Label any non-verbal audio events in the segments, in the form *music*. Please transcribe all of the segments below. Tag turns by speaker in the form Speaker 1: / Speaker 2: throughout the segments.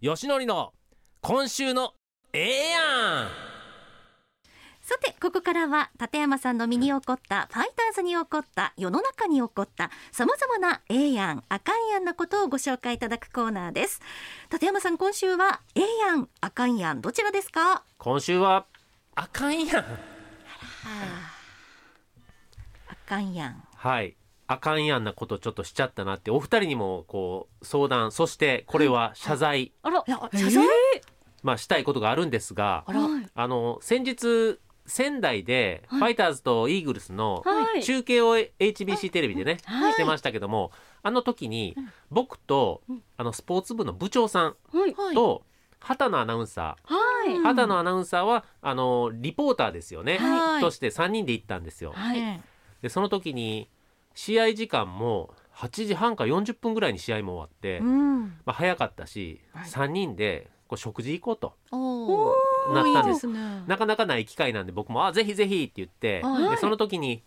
Speaker 1: よしのりの今週のええやん
Speaker 2: さてここからは立山さんの身に起こったファイターズに起こった世の中に起こったさまざまなええやんあかんやんなことをご紹介いただくコーナーです立山さん今週はええやんあかんやんどちらですか
Speaker 1: 今週はあかんやん
Speaker 2: あかんやん
Speaker 1: はいあかんやんなことちょっとしちゃったなってお二人にもこう相談そしてこれは謝罪、
Speaker 3: あら、
Speaker 2: 謝罪
Speaker 1: まあしたいことがあるんですが
Speaker 3: あら、
Speaker 2: は
Speaker 1: あの先日仙台でファイターズとイーグルスの
Speaker 3: はい、
Speaker 1: 中継を HBC テレビでね、
Speaker 3: はい
Speaker 1: してましたけどもあの時に僕とあのスポーツ部の部長さん
Speaker 3: はい、
Speaker 2: はい
Speaker 1: と畑野アナウンサー
Speaker 3: はい、
Speaker 2: うん
Speaker 1: 肌のアナウンサーはあのリポーターですよね、
Speaker 2: はい
Speaker 1: として3人で行ったんですよ。
Speaker 3: はい、
Speaker 1: でその時に試合時間も8時半か40分ぐらいに試合も終わって、
Speaker 2: うん
Speaker 1: まあ、早かったし、
Speaker 2: はい
Speaker 1: 3人でこう食事行こうと
Speaker 2: おー
Speaker 1: なったんです
Speaker 2: ね
Speaker 1: なかなかない機会なんで僕も「あぜひぜひ」って言って、
Speaker 2: はい
Speaker 1: でその時に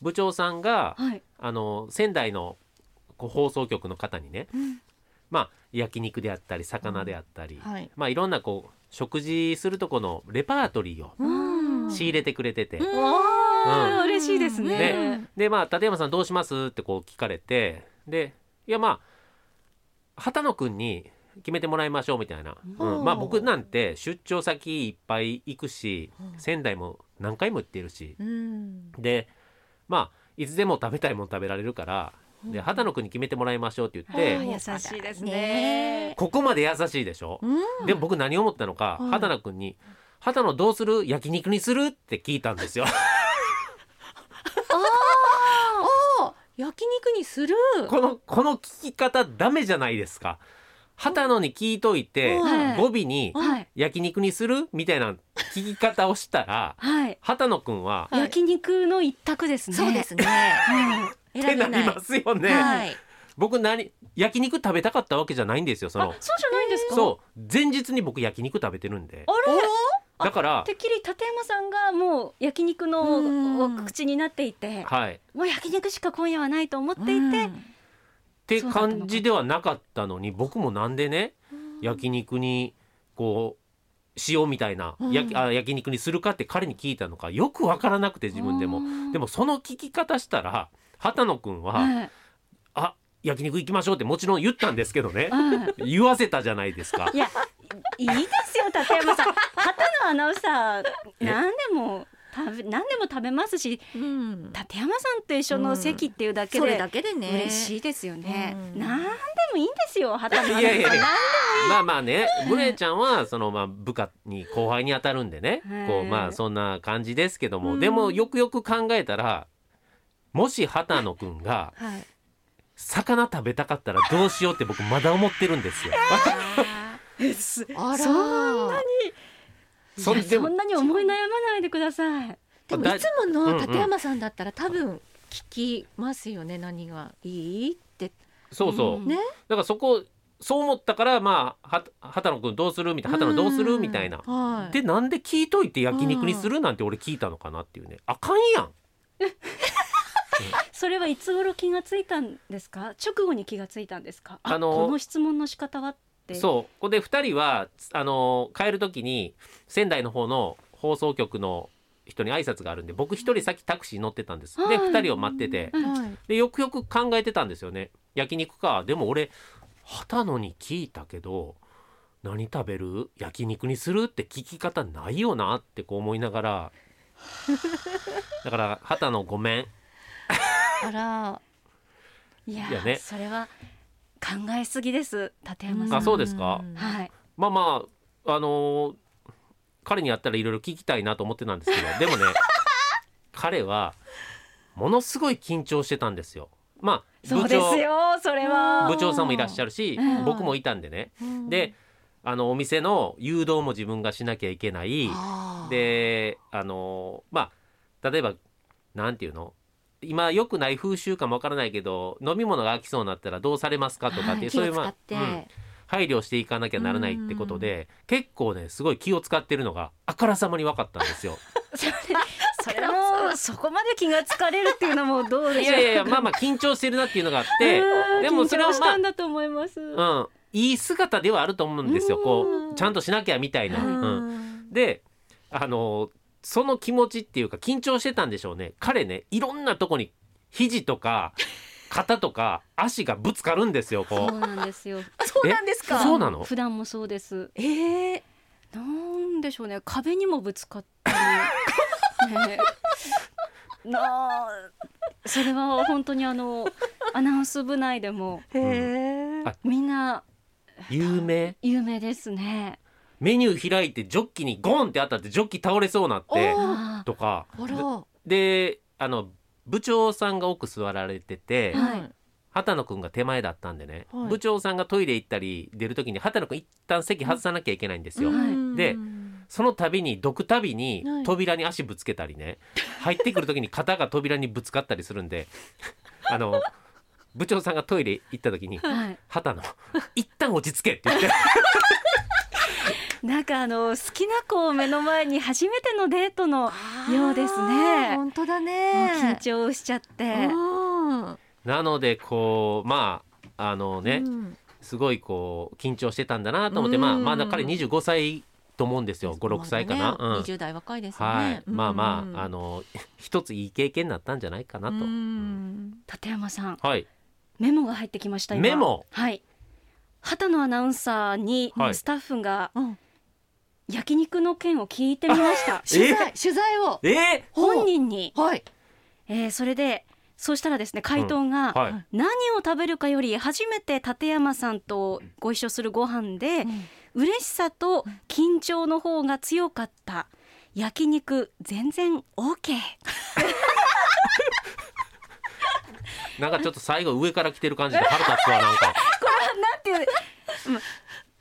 Speaker 1: 部長さんが
Speaker 3: はい、
Speaker 1: あの仙台のこう放送局の方にね、まあ焼肉であったり魚であったり、
Speaker 2: はい
Speaker 1: まあ、いろんなこう食事するとこのレパートリーを
Speaker 2: うん
Speaker 1: 仕入れてくれてて、
Speaker 2: うん
Speaker 3: わ
Speaker 1: う
Speaker 3: あ、嬉しいですね。
Speaker 1: ねでまあ立山さんどうしますってこう聞かれてでいやまあ畑野くんに決めてもらいましょうみたいな、うん
Speaker 2: うん
Speaker 1: まあ僕なんて出張先いっぱい行くし仙台も何回も行っているし
Speaker 2: うん
Speaker 1: でまあいつでも食べたいもの食べられるからで畑野くんに決めてもらいましょうって言って
Speaker 3: 優しいです
Speaker 2: ね
Speaker 3: ね。
Speaker 1: *laughs* ここまで優しいでしょ、
Speaker 2: うん
Speaker 1: でも僕何思ったのか、
Speaker 2: はい
Speaker 1: 畑野くんに「畑野どうする焼肉にする?」って聞いたんです
Speaker 2: *laughs*
Speaker 1: よ。
Speaker 3: 焼肉にする。
Speaker 1: この、この聞き方ダメじゃないですか。畑野に聞いといて、
Speaker 3: はい
Speaker 1: 語尾に
Speaker 3: はい、
Speaker 1: 焼肉にするみたいな聞き方をしたら、
Speaker 3: はい、
Speaker 1: 畑野くんは、
Speaker 2: はい
Speaker 3: 焼肉の一択ですね。
Speaker 2: そうですね
Speaker 3: はい。
Speaker 1: っ
Speaker 2: 選
Speaker 1: て
Speaker 2: べ
Speaker 1: なり
Speaker 2: ない
Speaker 1: ますよね。
Speaker 2: はい
Speaker 1: 僕何、焼肉食べたかったわけじゃないんですよ、そ
Speaker 3: あ
Speaker 1: の、。
Speaker 3: そうじゃないんですか。
Speaker 1: そう。前日に僕焼肉食べてるんで。
Speaker 3: あれ、
Speaker 1: だから
Speaker 3: て、っきり立山さんがもう焼肉
Speaker 2: う
Speaker 3: の
Speaker 2: ん
Speaker 3: お口になっていて、
Speaker 1: はい。っ
Speaker 3: もう焼肉しか今夜はないと思っていて、
Speaker 1: て
Speaker 3: そうだったのか
Speaker 1: 感じではなかったのに、僕もなんでね、焼肉に、こう、塩みたいな、焼きあ焼肉にするかって彼に聞いたのか、よくわからなくて自分でも。で
Speaker 3: も、
Speaker 1: もその聞き方したら畑野くんは、
Speaker 3: はい、
Speaker 1: あ焼肉行きましょうってもちろん言ったんですけどね
Speaker 3: はい。
Speaker 1: 言わせたじゃないですか
Speaker 3: いや、いいですよ、立山さん。畑野アナウンサー、何でも食べ、何でも食べますし、
Speaker 2: うん
Speaker 3: 立山さんと一緒の席っていうだけ
Speaker 2: それ
Speaker 3: で
Speaker 2: だ。けでね
Speaker 3: 嬉しいですよね
Speaker 2: う。ん
Speaker 3: 何でもいいんですよ、畑
Speaker 1: い
Speaker 3: 野
Speaker 1: や
Speaker 3: ア
Speaker 1: いやい
Speaker 3: ナウンサー。
Speaker 1: やまあまあねグレイちゃんはそのまあ部下に後輩に当たるんでね
Speaker 3: はい
Speaker 1: こうまあそんな感じですけども
Speaker 2: うん
Speaker 1: でもよくよく考えたらもし畑野くんが
Speaker 2: はい
Speaker 1: 魚食べたかったらどうしようって僕まだ思ってるんですよ。
Speaker 3: そ
Speaker 2: あら
Speaker 3: そんなに
Speaker 1: そん
Speaker 3: いや
Speaker 1: でも
Speaker 3: そんなに思い悩まないでください。
Speaker 2: でも
Speaker 1: だ
Speaker 2: いつもの
Speaker 1: うんうん
Speaker 2: 立山さんだったら多分聞きますよね何がいいって
Speaker 1: そうそう
Speaker 3: うん
Speaker 2: ね
Speaker 1: だからそこそう思ったからまあは畑野くんどうするみたいな畑野どうするみたいな
Speaker 2: はい
Speaker 1: でなんで聞いといて焼肉にするなんて俺聞いたのかなっていうねあかんやん
Speaker 3: それはいつ頃気がついたんですか。直後に気がついたんですか。あ
Speaker 1: あの
Speaker 3: この質問の仕方はって。う。
Speaker 1: そうここで2人はあの帰る時に仙台の方の放送局の人に挨拶があるんで僕1人先タクシー乗ってたんです
Speaker 3: は
Speaker 1: で
Speaker 3: い
Speaker 1: 2人を待ってて
Speaker 3: うん
Speaker 2: はい
Speaker 1: でよくよく考えてたんですよね焼肉かでも俺畑野に聞いたけど何食べる焼肉にするって聞き方ないよなってこう思いながらだから畑野ごめん
Speaker 2: あら
Speaker 3: いや
Speaker 1: いやね
Speaker 3: それは考えすぎです立山さん。
Speaker 1: あそうですか
Speaker 2: ん
Speaker 3: はい。
Speaker 1: まあまああのー彼にやったらいろいろ聞きたいなと思ってたんですけど
Speaker 2: *laughs*
Speaker 1: でもね彼はものすごい緊張してたんですよ。まあ
Speaker 3: そう
Speaker 1: 部
Speaker 3: です
Speaker 1: 長
Speaker 3: よそれは。
Speaker 1: 部長さんもいらっしゃるし
Speaker 3: うん
Speaker 1: 僕もいたんでね。
Speaker 2: うん
Speaker 1: であのお店の誘導も自分がしなきゃいけない。
Speaker 2: あー
Speaker 1: であのーまあ例えばなんていうの今良くない風習かもわからないけど飲み物が飽きそうになったらどうされますかとかって、
Speaker 2: はい
Speaker 1: そ
Speaker 2: 気
Speaker 1: うい
Speaker 2: を
Speaker 1: うま
Speaker 2: 使
Speaker 1: あ
Speaker 2: って
Speaker 1: うん配慮していかなきゃならないってことで結構ねすごい気を使ってるのがあからさまに分かったん
Speaker 2: *laughs*
Speaker 1: ですよ。
Speaker 3: そ *laughs* れそれもそこまで気がつかれるっていうのもどう
Speaker 1: い
Speaker 3: でしょう
Speaker 1: やいやいやまあまあ緊張してるなっていうのがあって
Speaker 3: うん
Speaker 1: でもそれは
Speaker 3: 緊張し
Speaker 1: まあ
Speaker 3: たんだと思います。
Speaker 1: うんいい姿ではあると思うんですよこ
Speaker 2: うん
Speaker 1: うちゃんとしなきゃみたいな。
Speaker 2: う
Speaker 1: うん
Speaker 2: ん
Speaker 1: であのその気持ちっていうか緊張してたんでしょうね彼ねいろんなとこに肘と
Speaker 2: *laughs*
Speaker 1: か肩とか足がぶつかるんですよこ
Speaker 3: そう
Speaker 1: う
Speaker 3: なんですよ。
Speaker 2: あそうなんですか。
Speaker 1: そうなの
Speaker 3: 普段もそうです。
Speaker 2: えー、
Speaker 3: なんでしょうね。壁にもぶつかった
Speaker 1: *laughs*
Speaker 3: り。ねえなあ。それは本当にあのアナウンス部内でも
Speaker 2: へえ
Speaker 1: んあ
Speaker 3: みんな
Speaker 1: 有名
Speaker 3: 有名ですね。
Speaker 1: メニュー開いてジョッキにゴンって当たってジョッキ倒れそうなっ
Speaker 2: お
Speaker 1: て
Speaker 2: ー
Speaker 3: あ
Speaker 1: とか
Speaker 2: あら。
Speaker 1: であの部長さんが奥座られてて
Speaker 3: はい
Speaker 2: うん
Speaker 1: 畑野くんが手前だったんでね、
Speaker 2: はい
Speaker 1: 部長さんがトイレ行ったり出る時に畑野くん一旦席外さなきゃいけないんですよ。
Speaker 3: うん
Speaker 1: で
Speaker 2: うん
Speaker 1: その度にどくたびに
Speaker 2: はい
Speaker 1: 扉に足ぶつけたりね、入ってくる時に肩が扉にぶつかったりするんで *laughs* あの部長さんがトイレ行った時に
Speaker 3: あはい。
Speaker 1: 「畑野一旦落ち着け」って言って
Speaker 3: なんかあの好きな子を目の前に初めてのデートのようですね
Speaker 2: あー本当だ
Speaker 3: もう
Speaker 2: ね。
Speaker 3: 緊張しちゃって。
Speaker 2: 張。
Speaker 1: なのでこうまああのね、
Speaker 2: うん
Speaker 1: すごいこう緊張してたんだなと思って、
Speaker 2: うん
Speaker 1: まあまだ彼25歳と思うんですよ56歳かな。
Speaker 2: まだね
Speaker 1: うん
Speaker 2: 20代若いですね。
Speaker 1: はい、まあまあ、あ
Speaker 2: の
Speaker 1: の、 *laughs* 一ついい経験になったんじゃないかなと。
Speaker 3: 立山さん
Speaker 1: はい、
Speaker 3: メモが入ってきました今
Speaker 1: メモ
Speaker 3: はい畑野アナウンサーに
Speaker 1: はい
Speaker 3: スタッフが
Speaker 2: うん
Speaker 3: 焼肉の件を聞いてみました
Speaker 2: 取材取材を
Speaker 1: えー
Speaker 3: 本人に、
Speaker 2: はい
Speaker 3: えーそれでそうしたらですね回答が、
Speaker 1: はい、
Speaker 3: 何を食べるかより初めて立山さんとご一緒するご飯で嬉しさと緊張の方が強かった焼肉全然 OK
Speaker 1: なんかちょっと最後上から来てる感じで腹立つわ、なんか。
Speaker 3: なん
Speaker 1: *laughs*
Speaker 3: ていう、うん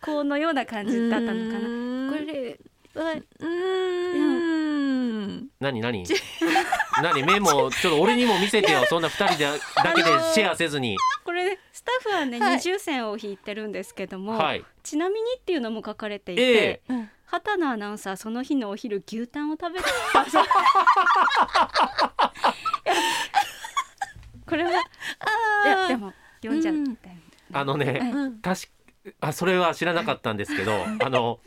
Speaker 3: このような感じだったのかなこれは
Speaker 2: うーん
Speaker 1: なになに。なに、メモ、ちょっと俺にも見せてよ、そんな二人で、だけでシェアせずに。
Speaker 3: これスタッフはね、
Speaker 2: はい
Speaker 3: 二重線を引いてるんですけども、
Speaker 1: はい、
Speaker 3: ちなみにっていうのも書かれていて、
Speaker 1: ええ
Speaker 2: うん
Speaker 3: 畑野アナウンサーその日のお昼牛タンを食べてこれはいやでも読んじゃったよ、
Speaker 1: あのね、
Speaker 2: うん
Speaker 1: 確か、あ、それは知らなかったんですけど、あの。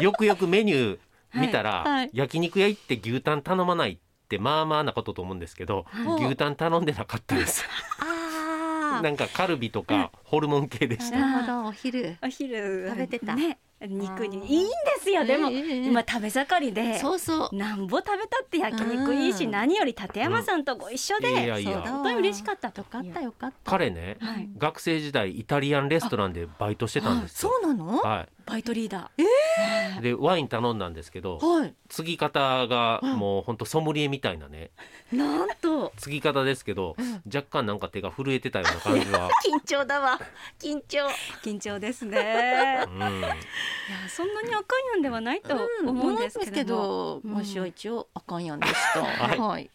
Speaker 1: よくよくメニュー見たら、
Speaker 3: はいはい
Speaker 1: 焼肉屋行って牛タン頼まないって、まあまあなことと思うんですけど。
Speaker 2: お
Speaker 1: 牛タン頼んでなかったです。
Speaker 2: あ
Speaker 1: なんかカルビとかホルモン系でし
Speaker 2: ー
Speaker 1: た。
Speaker 2: なるほどお昼
Speaker 3: お昼
Speaker 2: 食べてた
Speaker 3: ね肉
Speaker 2: あー
Speaker 3: にいいんですよでも、
Speaker 2: ええええ
Speaker 3: 今食べ盛りで
Speaker 2: そうそう
Speaker 3: なんぼ食べたって焼肉いいし、
Speaker 2: うん
Speaker 3: 何より立山さんとご一緒で、
Speaker 1: いやい
Speaker 2: そう
Speaker 1: や
Speaker 2: だわ
Speaker 3: 本当に嬉しかったと
Speaker 2: よかったよかった
Speaker 1: 彼ね
Speaker 3: はい
Speaker 1: 学生時代イタリアンレストランでバイトしてたんです
Speaker 2: そ
Speaker 1: よ。
Speaker 2: うなの
Speaker 1: は
Speaker 3: バイトリーダ
Speaker 1: い、
Speaker 3: ー。
Speaker 1: でワイン頼んだんですけど
Speaker 2: は
Speaker 1: 継ぎ方がもうほんとソムリエみたいなね
Speaker 2: いなんと
Speaker 1: 継ぎ方ですけど
Speaker 2: うん
Speaker 1: 若干なんか手が震えてたような感じは。
Speaker 2: 緊張だわ緊張
Speaker 3: *laughs* 緊張ですね
Speaker 1: う。ん、
Speaker 3: いや *laughs* そんなに赤いのではないと
Speaker 2: うん
Speaker 3: 思うんですけども。
Speaker 2: 思うんですけど
Speaker 3: うん
Speaker 2: もしは一応あかんやんでした
Speaker 1: はい
Speaker 2: はい